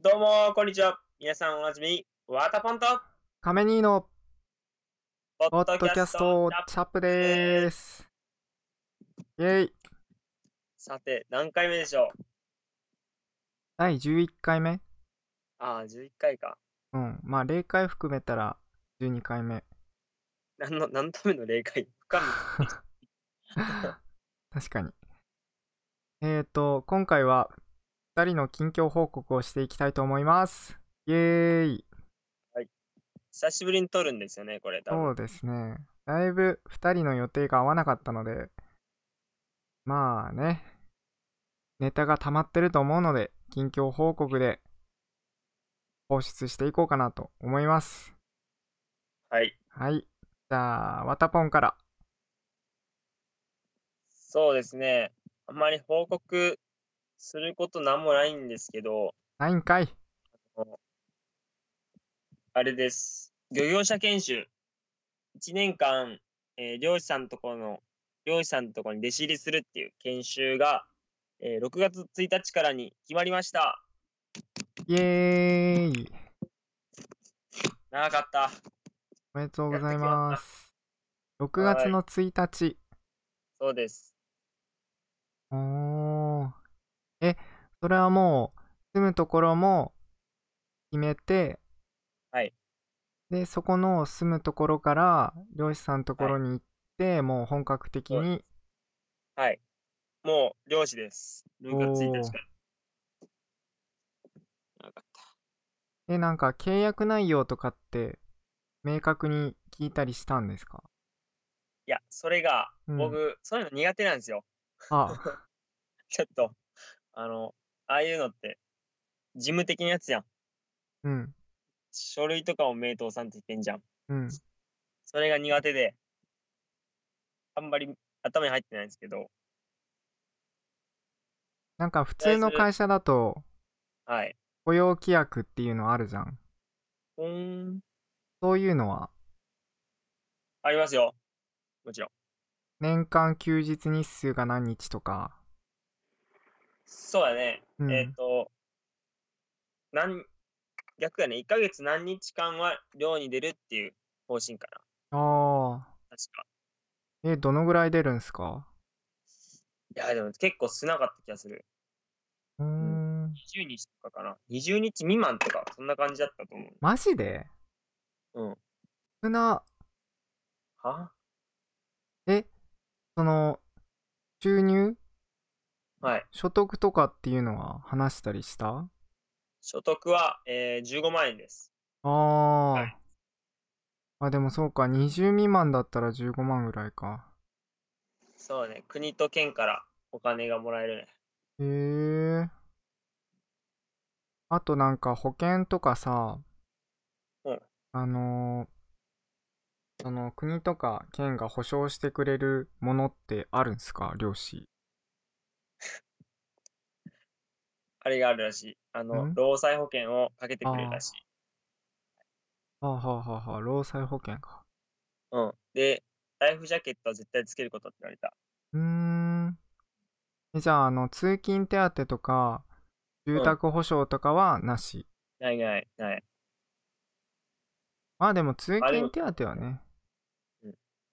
どうもー、こんにちは。皆さんおなじみ、ワタポンと、カメニーのポポッドキャストチャップでーす。イェイさて、何回目でしょう第11回目ああ、11回か。うん。まあ、0回含めたら12回目。何の、 何のための例会不可確かに。えーと、今回は2人の近況報告をしていきたいと思います。イェーイ久しぶりに撮るんですよね、これ。多分そうですね。だいぶ2人の予定が合わなかったので、まあね、ネタが溜まってると思うので、近況報告で放出していこうかなと思います。はい。はい。じゃあ、ワタポンから。そうですね。あんまり報告することなんもないんですけど、ないんかい。あれです。漁業者研修。1年間、えー漁師さんとこの、漁師さんとこに弟子入りするっていう研修が、えー6月1日からに決まりました。イエーイ。長かった。おめでとうございます。6月の1日。そうです。おー。え、それはもう、住むところも決めて、はい。で、そこの住むところから、漁師さんのところに行って、もう本格的そうに、はい。もう漁師です。6月1日から。長かった。え、なんか契約内容とかって、明確に聞いたりしたんですかいや、それが、うん僕、そういうの苦手なんですよ。 あ、ちょっと、あの、ああいうのって、事務的なやつやん。うん、書類とかを名刀さんって言ってんじゃん。うん。それが苦手で、あんまり頭に入ってないんですけど、なんか普通の会社だとはい。雇用規約っていうのあるじゃん。うーん、そういうのはありますよ。もちろん。年間休日日数が何日とか。そうだね。うん、えっ、と、なん、逆やね、1ヶ月何日間は寮に出るっていう方針かあな、確か。あ。え、どのぐらい出るんすかいや、でも結構少なかった気がする。うーん。 20日とかかな。20日未満とか、そんな感じだったと思う。マジでうん。少な、はえ、その、収入はい。所得とかっていうのは話したりした所得は、えー、15万円です。ああ、はいあ、でもそうか、20未満だったら15万ぐらいか。そうね、国と県からお金がもらえるね。へえ。あとなんか保険とかさ、うんあのーその国とか県が保証してくれるものってあるんすか漁師。あれがあるらしい。あのん、労災保険をかけてくれるらしい。はあ、はあはあはあ、労災保険か。うん。で、ライフジャケットは絶対つけることって言われた。うーん。えじゃあ、あの、通勤手当とか、住宅保障とかはなし。ないないない。まあでも通あでも勤手当はね。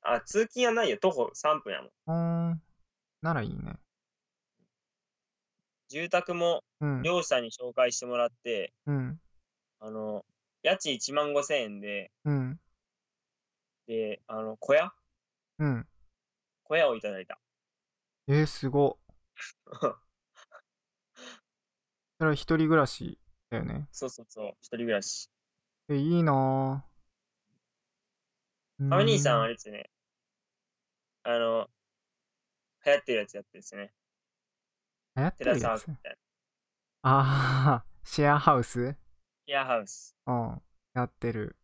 あ、通勤はないよ。徒歩3分やもん。うーん。ならいいね。住宅もうん。漁師さんに紹介してもらって、うん。あの、家賃1万5千円で、うん。で、あの、小屋うん。小屋をいただいた。えー、すご。それは一人暮らしだよね。そうそうそう、一人暮らし。え、いいなぁ。カメ兄さん、あうーんれですね。あの、流行ってるやつやってですね。流行ってテラるスハやウつスみたいな。ああ、シェアハウスシェアハウス。うん。やってる。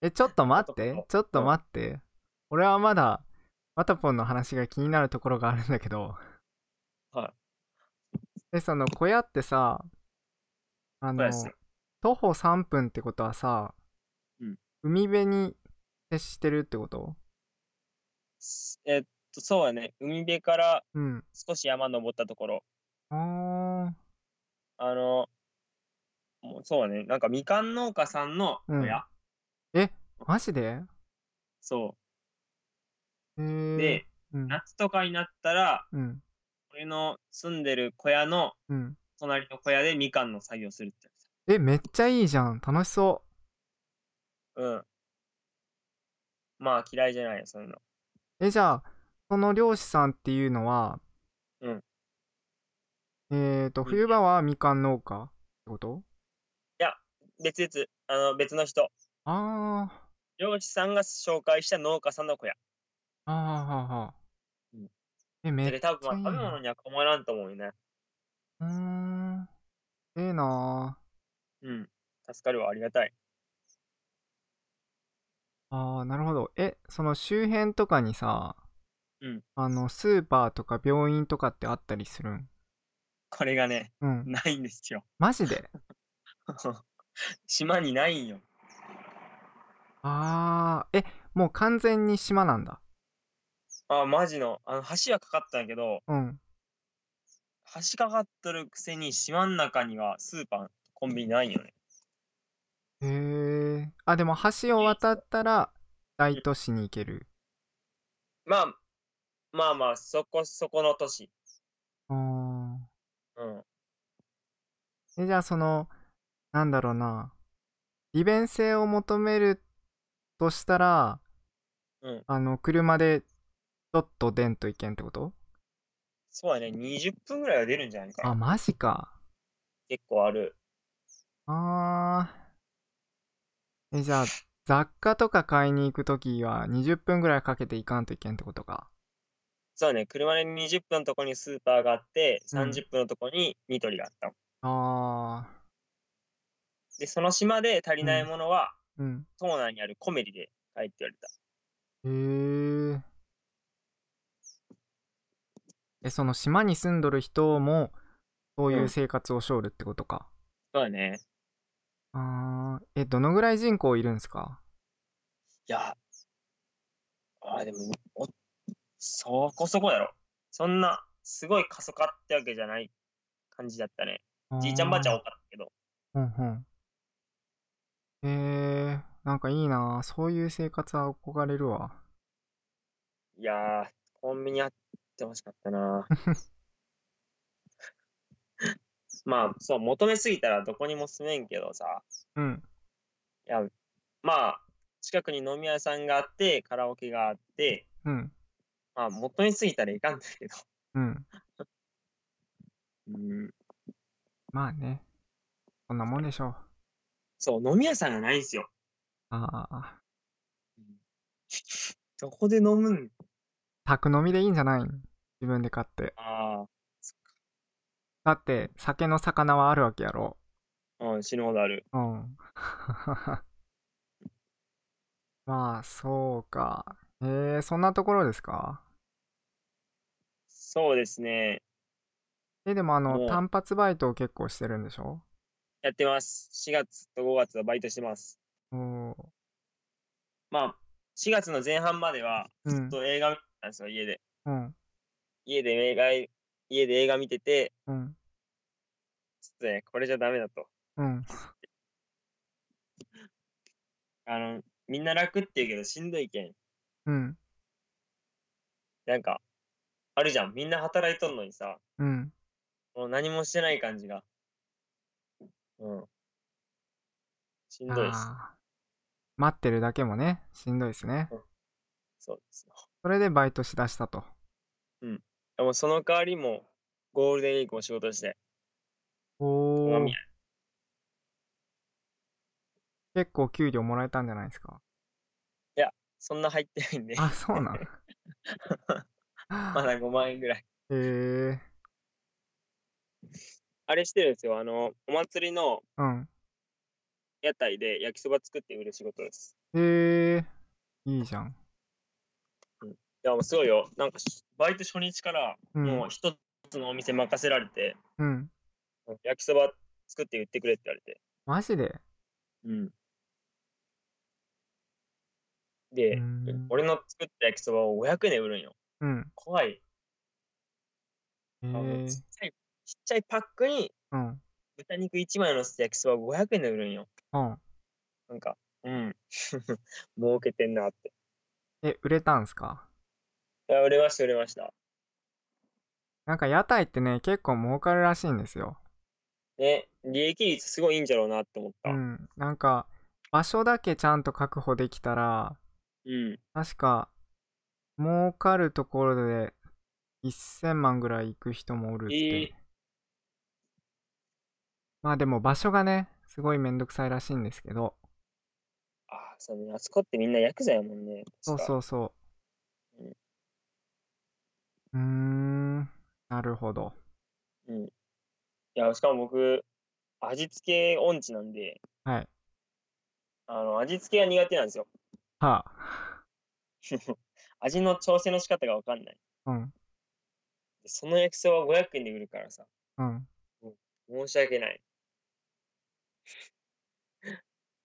え、ちょっと待っちょてっ。ちょっと待って。俺はまだ、ワタポンの話が気になるところがあるんだけど。。はいえ、その小屋ってさ、あ小屋のっすよ、徒歩3分ってことはさ、うん海辺に接してるってことすえっと、そうやね。海辺からうん。少し山登ったところ。あーあの、の、そうね、なんかみかん農家さんのうん親、マジでそえう。ー、で、うん、夏とかになったら、うん、俺の住んでる小屋のうん。隣の小屋でみかんの作業するってやつ。え、めっちゃいいじゃん。楽しそうん。まあ嫌いじゃないよ、そういうの。う。え、じゃあ、その漁師さんっていうのは、うん。えっ、ー、と、うん冬場はみかん農家ってこと別々、あの、別の人。あー、漁師さんが紹介した農家さんの小屋。あーはーはうーん。え、めっだちゃけどいい多分まあ食べな物には困らんと思うよね。うーん。ええなうん。助かるわ、ありがたい。あ。ああ、なるほど。え、その周辺とかにさ、うんあの、スーパーとか病院とかってあったりするんこれがね、うん。ないんですよ。 マジで島にないんよ。ああ、え、もう完全に島なんだ。あ、マジの。あの、橋はかかったんやけど、うん。橋かかっとるくせに島ん中にはスーパー、コンビニないんよね。へえ。あ、でも橋を渡ったら、大都市に行ける。まあ、まあまあ、そこそこの都市。あうん。あ。え、じゃあその、なんだろうな。利便性を求めるとしたら、うんあの、車で、ちょっと出んといけんってことそうやね、20分ぐらいは出るんじゃないかあ、な。マジか。結構ある。あー。え、じゃあ、雑貨とか買いに行くときは20分ぐらいかけて行かんといけんってことか。そうね、車で20分のとこにスーパーがあって、うん30分のとこにニトリがあったの。あで、その島で足りないものは、ー。うん。島内にあるコメリで買えって言われた。へー。え、その島に住んどる人も、そういう生活をしょるってことか。そうだね。あー。え、どのぐらい人口いるんすかいや、あー、でも、おそこそこだろ。そんな、すごい過疎化ってわけじゃない感じだったね。じいちゃんばあちゃん多を。かったけど。うんうん。えー、なんかいいなそういう生活は憧れるわ。いやー、コンビニあってほしかったな。 まあ、そう、求めすぎたらどこにも住めんけどさ。うん。いや、まあ、近くに飲み屋さんがあって、カラオケがあって、うん。まあ、求めすぎたらいかんだけど。うん。うん。まあね。こんなもんでしょう。そう、飲み屋さんがないんすよ。ああ。どこで飲むん宅飲みでいいんじゃない自分で買って。あだって、酒の魚はあるわけやろ。あ、うん、死ぬほどある。うん。 まあ、そうか。えー、そんなところですかそうですね。え、でもあもの、う単発バイトを結構してるんでしょやってます。4月と5月はバイトしてます。おーまあ、4月の前半までは、うずっん。と映画見てたんですよ、家で。うん。家で映画、家で映画見てて、うん。ちょっとね、これじゃダメだと。うん。あの、みんな楽って言うけどしんどいけん。うん。なんか、あるじゃん。みんな働いとんのにさ、うん。もう何もしてない感じが。うん。しんどいです。あー待ってるだけもね、しんどいですね。そうですよ。それでバイトしだしたと。でもその代わりも、ゴールデンウィークも仕事して、お飲ーみ屋結構給料もらえたんじゃないですかそんな入ってないんで、あ、そうなん まだ5万円ぐらい。へえあれしてるんですよ。あの、お祭りのうん。屋台で焼きそば作って売る仕事です。へえいいじゃん。いや、もうすごいよ。なんか、バイト初日から、うんもう一つのお店任せられて、うん。焼きそば作って売ってくれって言われて。マジでうん。で、うん俺の作った焼きそばを500円で売るんよ。うん。怖い。へあのえちっちゃい、ちっちゃいパックにうん。豚肉1枚のせた焼きそば500円で売るんよ。うん。なんか、うん。 儲けてんなって。え、売れたんすかいや、売れました、売れました。なんか屋台ってね、結構儲かるらしいんですよ。ね、利益率すごいいいんじゃろうなって思っうた。うん。ん。なんか、場所だけちゃんと確保できたら、確か、儲かるところで1000万ぐらい行く人もおるって。ええまあでも場所がね、すごいめんどくさいらしいんですけど。ああ、そうね。あそこってみんなヤクザやもんね。そうう。そうそう。うーん、なるほど。いや、しかも僕、味付け音痴なんで、はい。あの、味付けが苦手なんですよ。 は味の調整の仕方がわかんない。あ、うん、でその焼きそば500円で売るからさ、うん。申し訳ない。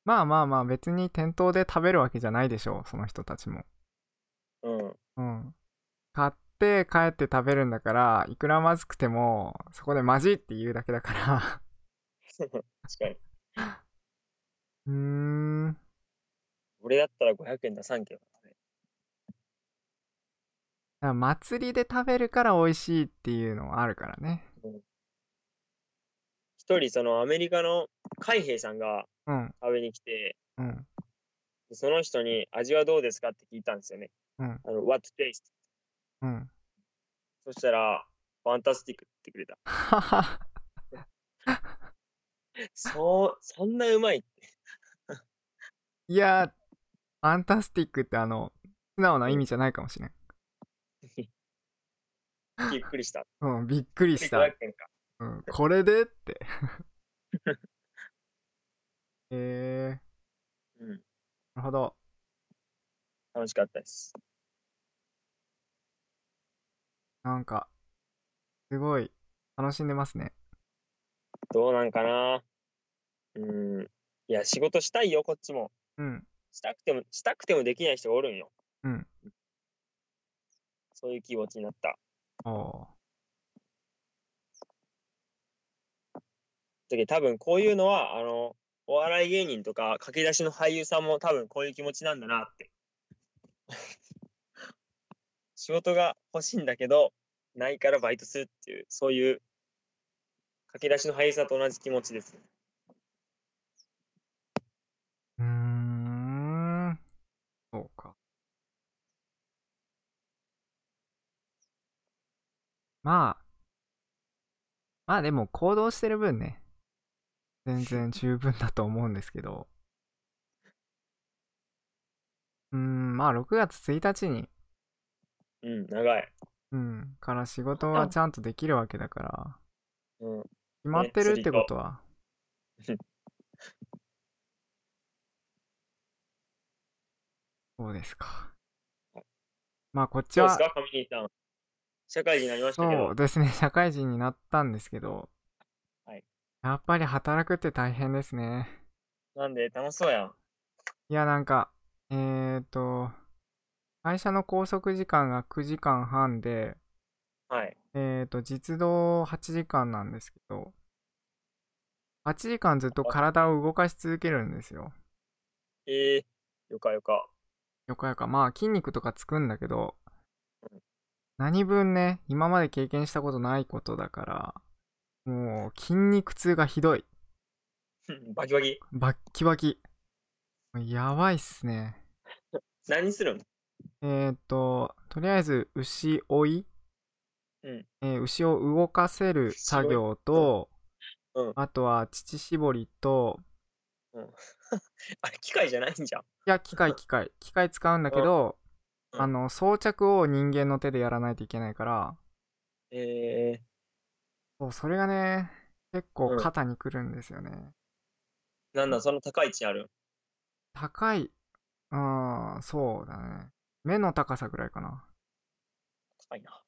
まあまあまあ、別に店頭で食べるわけじゃないでしょう、その人たちも。うん。うん。買って帰って食べるんだから、いくらまずくても、そこでまずいって言うだけだから。 確かに。うーん。俺だったら500円出さんけどね。だから祭りで食べるから美味しいっていうのはあるからね。一人、そのアメリカの海兵さんがうん、食べに来て、うん、でその人に味はどうですかって聞いたんですよね。うん、あの、What taste? うん。 そしたら、ファンタスティックって言ってくれた。はは。そう、そんなうまいって。いやー、ファンタスティックってあの、素直な意味じゃないかもしれん。びっくりした。びうん、びっくりっくりした500。円か。うん、これでって。えー、うん。なるほど。楽しかったです。なんか、すごい、楽しんでますね。どうなんかなうん。いや、仕事したいよ、こっちも。うん、したくても、したくてもできない人がおるんよ。うん。そういう気持ちになった。おーだけど多分こういうのは、あの、お笑い芸人とか、駆け出しの俳優さんも多分こういう気持ちなんだなって。 仕事が欲しいんだけど、ないからバイトするっていう、そういう、駆け出しの俳優さんと同じ気持ちです。うーん、そうか。まあ、まあでも行動してる分ね、全然十分だと思うんですけど、うーん、まあ6月1日に、うん、長い。うん、から仕事はちゃんとできるわけだから、うん。決まってるってことは。釣り そうですかは。まあこっちそうですはか、上西さん。社会人になりましたけそうど、ですね、 社会人になったんですけど、はいやっぱり働くって大変ですね。なんで楽しそうやん。いや、なんか、えーと、会社の拘束時間が9時間半で、はい。えーと、実動8時間なんですけど、8時間ずっと体を動かし続けるんですよ。ええよかよか。 よかよか。まあ、筋肉とかつくんだけど、何分ね、今まで経験したことないことだから、もう、筋肉痛がひどい。バキバキ。バッキバキ。もうやばいっすね。何するん えー、っと、とりあえず、牛追い、うんえー牛を動かせる作業と、うんあとは、乳搾りと、あれ、機械じゃないんじゃん。いや、機械、機械。機械使うんだけど、うんあの、装着を人間の手でやらないといけないから、ええそう、それがね、結う構ん肩にくるんですよね。なんだ、その高い位置にあるん高い、うーん、そうだね。目の高さぐらいかな。高いな。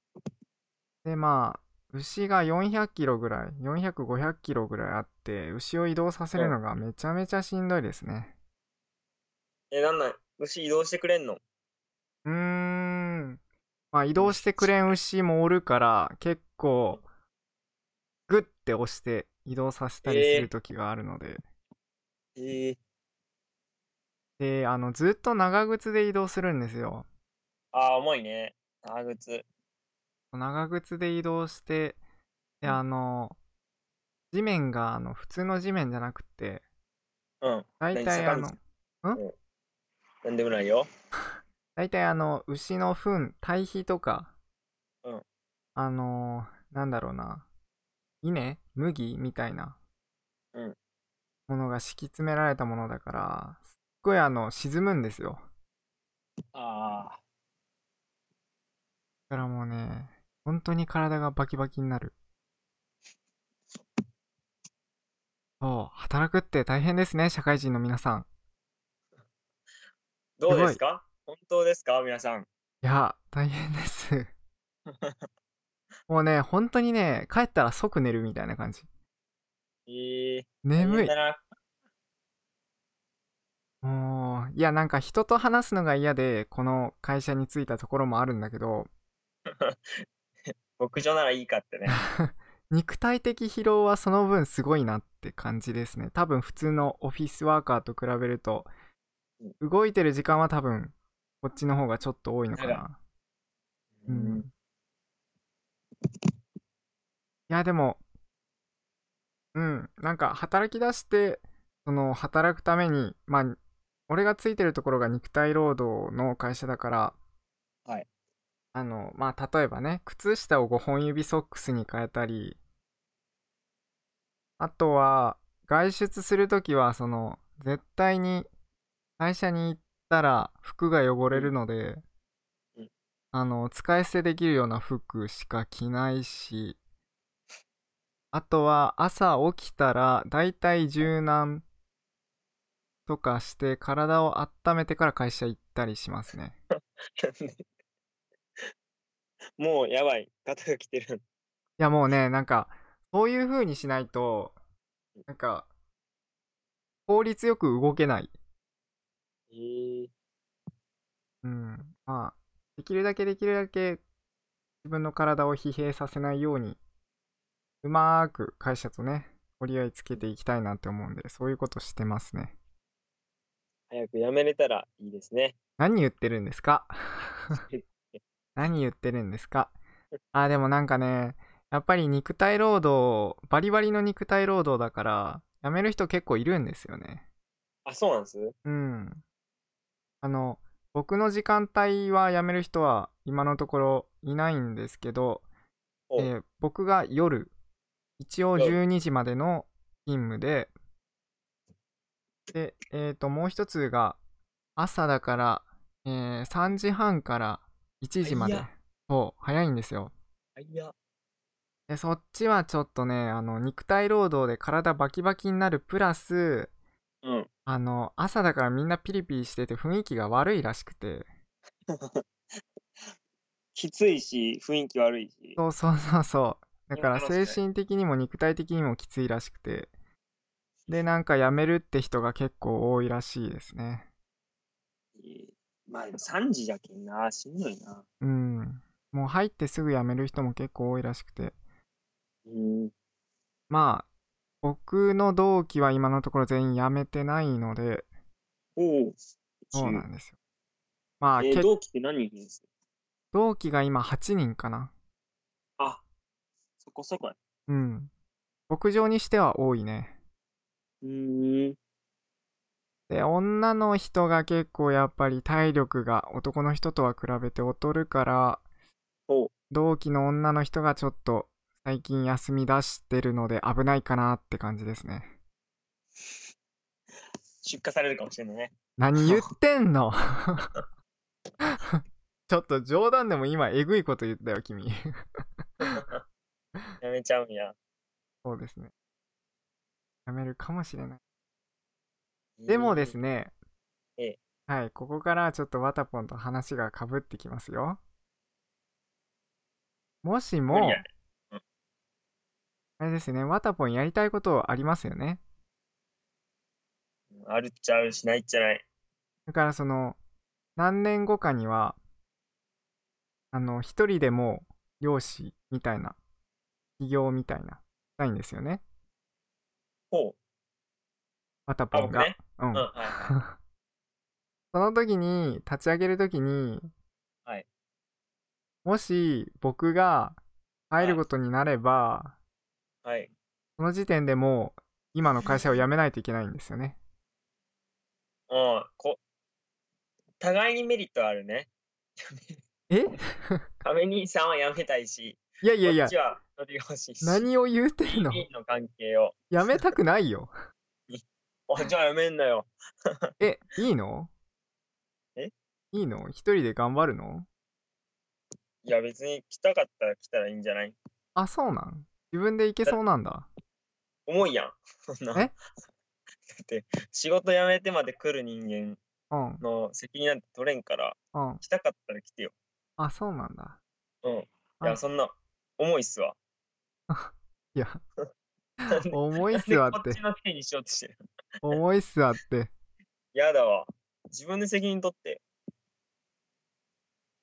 で、まあ、牛が400キロぐらい、400、500キロぐらいあって、牛を移動させるのがめちゃめちゃしんどいですね。え、なんなん牛移動してくれんのうーん。まあ、移動してくれん牛もおるから、結構、グッて押して移動させたりする時があるので、えー、であのずっと長靴で移動するんですよあー、重いね。長靴。長靴で移動してであの地面があの普通の地面じゃなくてうん。大体あ何坂道のなんでもないよ。大体あの牛の糞堆肥とか、うんあのーなんだろうな稲麦みたいなうんものが敷き詰められたものだからすっごいあの沈むんですよあだからもうね本当に体がバキバキになるそう働くって大変ですね社会人の皆さんー、どうですか本当ですか皆さん。いや大変です もうね本当にね帰ったら即寝るみたいな感じえー、大眠変いだな。もういやなんか人と話すのが嫌でこの会社に着いたところもあるんだけど牧場ならいいかってね。肉体的疲労はその分すごいなって感じですね多分普通のオフィスワーカーと比べると動いてる時間は多分こっちの方がちょっと多いのかな ううんんいやでもうんなんか働き出してその働くためにまあ俺がついてるところが肉体労働の会社だからはいあのまあ例えばね靴下を5本指ソックスに変えたりあとは外出するときはその絶対に会社に行ったら服が汚れるので、うんあの使い捨てできるような服しか着ないしあとは朝起きたらだいたい柔軟とかして体を温めてから会社行ったりしますね。 もうやばい。肩が来てる。いやもうねなんかそういう風にしないとなんか効率よく動けない、えー、うん、まあできるだけできるだけ自分の体を疲弊させないようにうまーく会社とね折り合いつけていきたいなって思うんでそういうことしてますね早くやめれたらいいです ね。何言ってるんですか 何言ってるんですかあーでもなんかねやっぱり肉体労働バリバリの肉体労働だから辞める人結構いるんですよねあ、そうなんですうん。あの、僕の時間帯は辞める人は今のところいないんですけど、えおー僕が夜、一応夜12時までの勤務で、で、えっ、と、もう一つが、朝だから、えー3時半から1時まで早っ。そう、早いんですよ。あいや。でそっちはちょっとね、あの、肉体労働で体バキバキになるプラス、うん。あの朝だからみんなピリピリしてて雰囲気が悪いらしくてきついし、雰囲気悪いし。そうそうそうそうだからそうなん精ですね神的にも肉体的にもきついらしくてでなんか辞めるって人が結構多いらしいですねえーまあでも3時じゃけんな。しんどいな。うんもう入ってすぐ辞める人も結構多いらしくてうん。まあ僕の同期は今のところ全員辞めてないのでおお。そうなんですよまあ、えーけ同期って何人いるんです同期が今8人かなあ、そこそこや。うん牧場にしては多いねうーん。で女の人が結構やっぱり体力が男の人とは比べて劣るからお同期の女の人がちょっと最近休み出してるので危ないかなって感じですね出荷されるかもしれないね。何言ってんのちょっと冗談でも今えぐいこと言ったよ君やめちゃうんや。そうですねやめるかもしれないでもですね。ねええはいここからちょっとワタポンと話がかぶってきますよもし無理もやねあれですね、ワタポンやりたいことありますよね。うんあるっちゃあるしないっちゃない。だからその、何年後かには、あの、一人でも漁師みたいな、企業みたいな、たいんですよね。ほう。ワタあ、ポン僕が。ね。ううんん、。はい。 その時に、立ち上げる時に、はいもし僕が入ることになれば、はい。その時点でもう今の会社を辞めないといけないんですよね。うん。こ、互いにメリットあるね。え亀兄さんは辞めたいし、いやいいやいやこっち、は乗り欲しいし。何を言うてるのいいの関係を。辞めたくないよ。あ、じゃあ辞めんなよ。え、いいのえいいの一人で頑張るのいや、別に来たかったら来たらいいんじゃないあ、そうなん自分で行けそうなんだ。重いやん。そんな。えだって、仕事辞めてまで来る人間うん、うん。の責任なんて取れんから、あ、来たかったら来てよ。そうなんだ。うん。いあや、そんな、重いっすわ。いや、 なんで 重いっすわっなんでこってち。のせいにしようとしてる。重いっすわって。やだわ。自分で責任取って。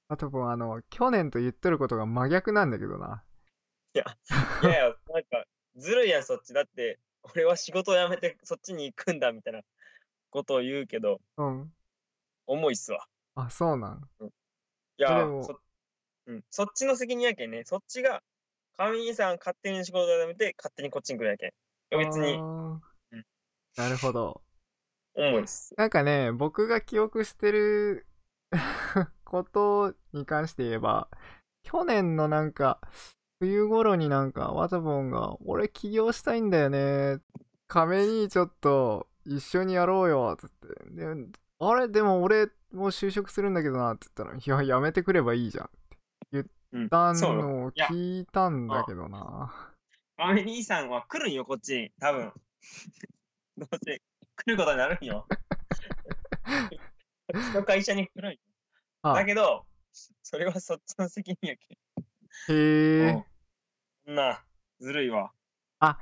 あともうあの、去年と言っとることが真逆なんだけどな。いやいや、なんか、ずるいやん、そっち。だって、俺は仕事を辞めてそっちに行くんだ、みたいなことを言うけど、うん。重いっすわ。あ、そうなんいやそれもそ,、うん、そっちの責任やけんね。そっちが、神井さん勝手に仕事を辞めて、勝手にこっちに来るやけん。いや別あに、ーうんなるほど。重いっす。なんかね、僕が記憶してる ことに関して言えば、去年のなんか、冬頃になんか、ワタボンが、俺起業したいんだよね。亀にちょっと一緒にやろうよ、つって。であれ、でも俺もう就職するんだけどな、って言ったら、いや、やめてくればいいじゃん。って言ったそうよのをいや聞いたんだけどな。神井さんは来るんよ、こっちに。多分。 どうせ、来ることになるんよ。こっちの会社に来るんよ。あだけど、それはそっちの責任やけん。へうえん。そんな、ずるいわ。わ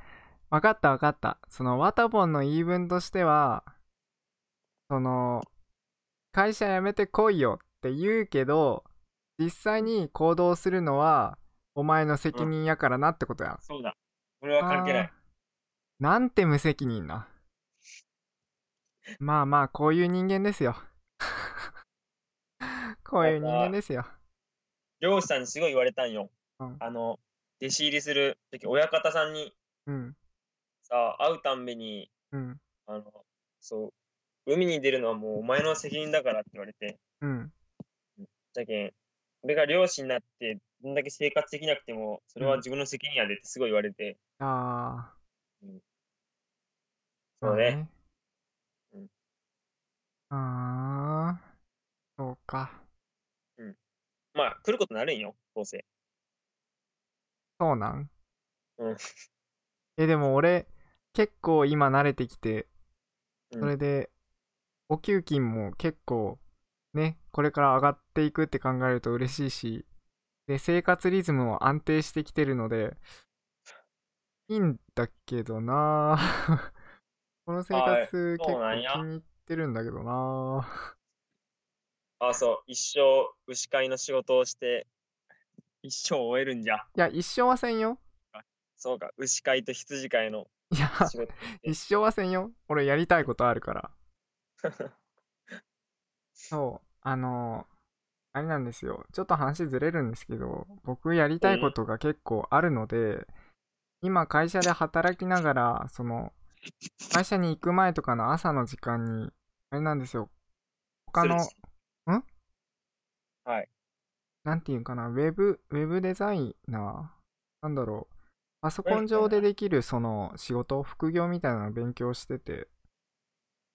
かったわかった。そのワタポンの言い分としては、その、会社辞めてこいよって言うけど、実際に行動するのは、お前の責任やからなってことや。そうだ。俺は関係なあーい。なんて無責任な。まあまあ、こういう人間ですよ。こういう人間ですよ。漁師さんにすごい言われたんよ。うんあの、弟子入りする時、親方さんにうん、さ、会うたんびに、うん、あの、そう、海に出るのはもうお前の責任だからって言われて、うん。じゃけん、俺が漁師になって、どんだけ生活できなくても、それうはん自分の責任やでってすごい言われて、ああ。そうね。ああ、そうか。まあ、来ることになるんよ、どうせ。そうなんうんえ、でも俺、結構今慣れてきて、うんそれで、お給金も結構、ね、これから上がっていくって考えると嬉しいし、で、生活リズムも安定してきてるので、いいんだけどな ぁこの生活結そうな構ん気やに入ってるんだけどなぁあ、そう、一生、牛飼いの仕事をして、一生終えるんじゃ。いや、一生はせんよ。そうか、牛飼いと羊飼いのいや、仕事。一生はせんよ。俺やりたいことある から。そう、あの、あれなんですよ。ちょっと話ずれるんですけど、僕やりたいことが結構あるので、今会社で働きながら、その、会社に行く前とかの朝の時間に、あれなんですよ。他の、すんはい。なんていうんかな、ウェブ、ウェブデザイナーなんだろう。パソコン上でできるその仕事、副業みたいなのを勉強してて、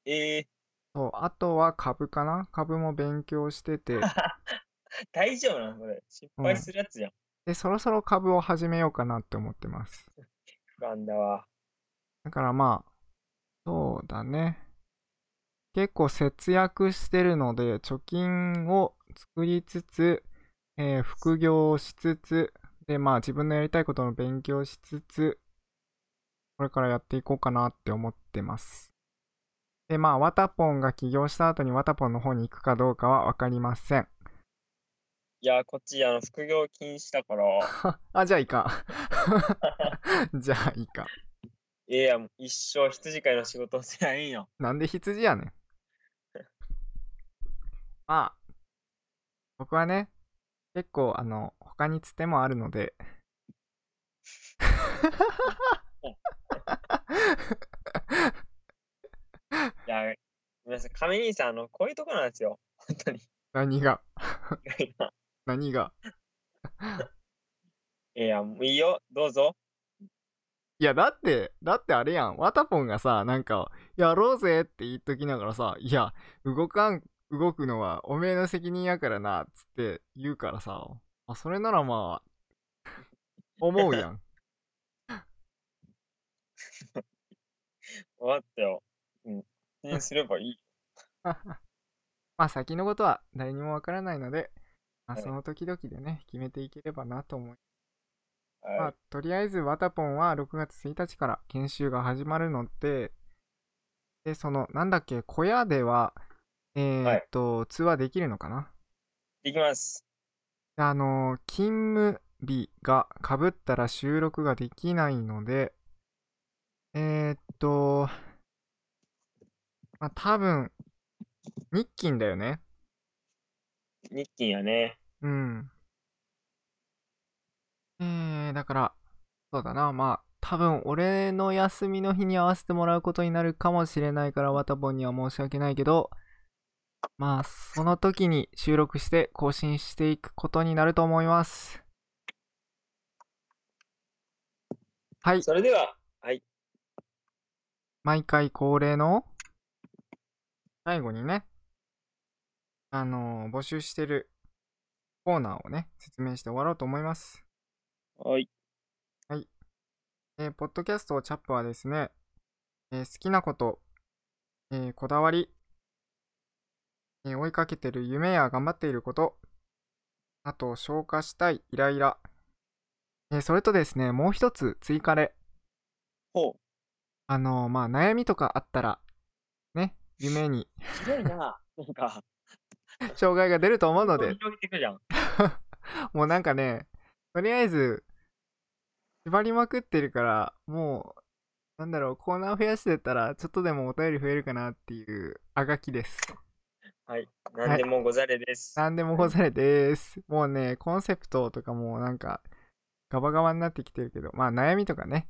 えー、そう、あとは株かな株も勉強してて、大丈夫なのこれ。失敗するやつじゃん。で、そろそろ株を始めようかなって思ってます。不安だわ。だからまあ、そうだね。結構節約してるので、貯金を作りつつ、えー副業をしつつ、で、まあ自分のやりたいことの勉強しつつ、これからやっていこうかなって思ってます。で、まあ、ワタポンが起業した後にワタポンの方に行くかどうかはわかりません。 いや、こっち、あの、副業禁止だから、あ、じゃあいかん。 じゃあいいか。いやいや、もう一生羊飼いの仕事をすりゃいいよ。なんで羊やねん。 まあ、僕はね、結構、あの、他につてもあるので。いや、皆さん、亀兄さん、あの、こういうとこなんですよ。本当に。何が、いや何が。いや、もういいよ。どうぞ。いや、だって、だってあれやん。ワタポンがさ、なんか、やろうぜって言っときながらさ、いや、動かん、動くのはおめえの責任やからな、つって言うからさ、あ、それならまあ、思うやん。分かったよ。 うん。気にすればいい。 まあ先のことは誰にもわからないので、まあ、はいその時々でね、決めていければなと思います。まは。あ、とりあえずワタポンは6月1日から研修が始まるので、で、その、なんだっけ、小屋では、えーっと、通話できるのかないいきます。であのー勤務日がかぶったら収録ができないので、えーっと、まあ、多分、日勤だよね。日勤やね。うん。えー、だから、そうだな、まあ、多分俺の休みの日に合わせてもらうことになるかもしれないから、ワタボンには申し訳ないけど、まあ、その時に収録して更新していくことになると思います。はい、それでは、毎回恒例の、最後にね、あのー募集してるコーナーをね、説明して終わろうと思います。はい。えーポッドキャストチャップはですね、えー好きなこと、えーこだわり、えー追いかけてる夢や頑張っていること、あと消化したいイライラ、えーそれとですね、もう一つ追加で、ほあのーまあ、悩みとかあったら、ね、夢にう。ひどいな。なんか、障害が出ると思うので広、げてくじゃん。 もうなんかね、とりあえず、縛りまくってるから、もう、なんだろう、コーナー増やしてったら、ちょっとでもお便り増えるかなっていう、あがきです。はい。なんでもござれです。。なんでもござれです。もうね、コンセプトとかもうなんか、ガバガバになってきてるけど、まあ悩みとかね、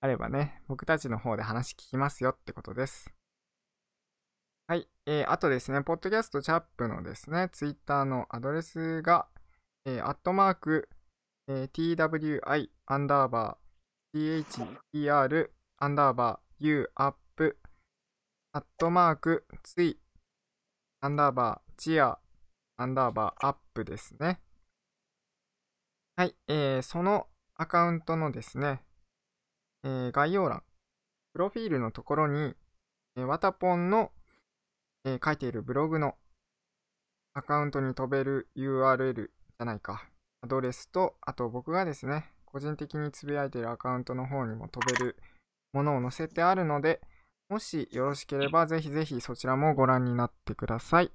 あればね、僕たちの方で話聞きますよってことです。はい。えー、あとですね、ポッドキャストチャップのですね、ツイッターのアドレスが、えー、アットマーク、えー twi アンダーバー、ther アンダーバー、up、アットマーク、つい、アンダーバー、チア、アンダーバーアップですね。はい、えー、そのアカウントのですね、えー概要欄、プロフィールのところに、えー、ワタポンの、えー書いているブログのアカウントに飛べる URL じゃないか、アドレスと、あと僕がですね、個人的につぶやいているアカウントの方にも飛べるものを載せてあるので、もしよろしければ、ぜひぜひそちらもご覧になってください。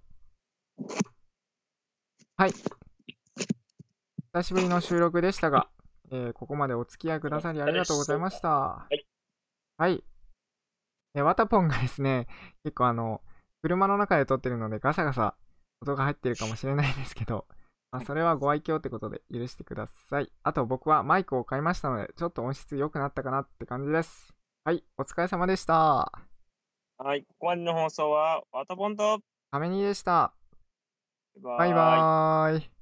久しぶりの収録でしたが、えーここまでお付き合いくださりありがとうございました。はいはい。え、ワタポンがですね、結構あの、車の中で撮ってるのでガサガサ音が入ってるかもしれないですけど、まあ、それはご愛嬌ってことで許してください。あと僕はマイクを買いましたので、ちょっと音質良くなったかなって感じです。はい、お疲れ様でした。はい。ここまでの放送は、ワタポンと、ためにでした。ババイバーイ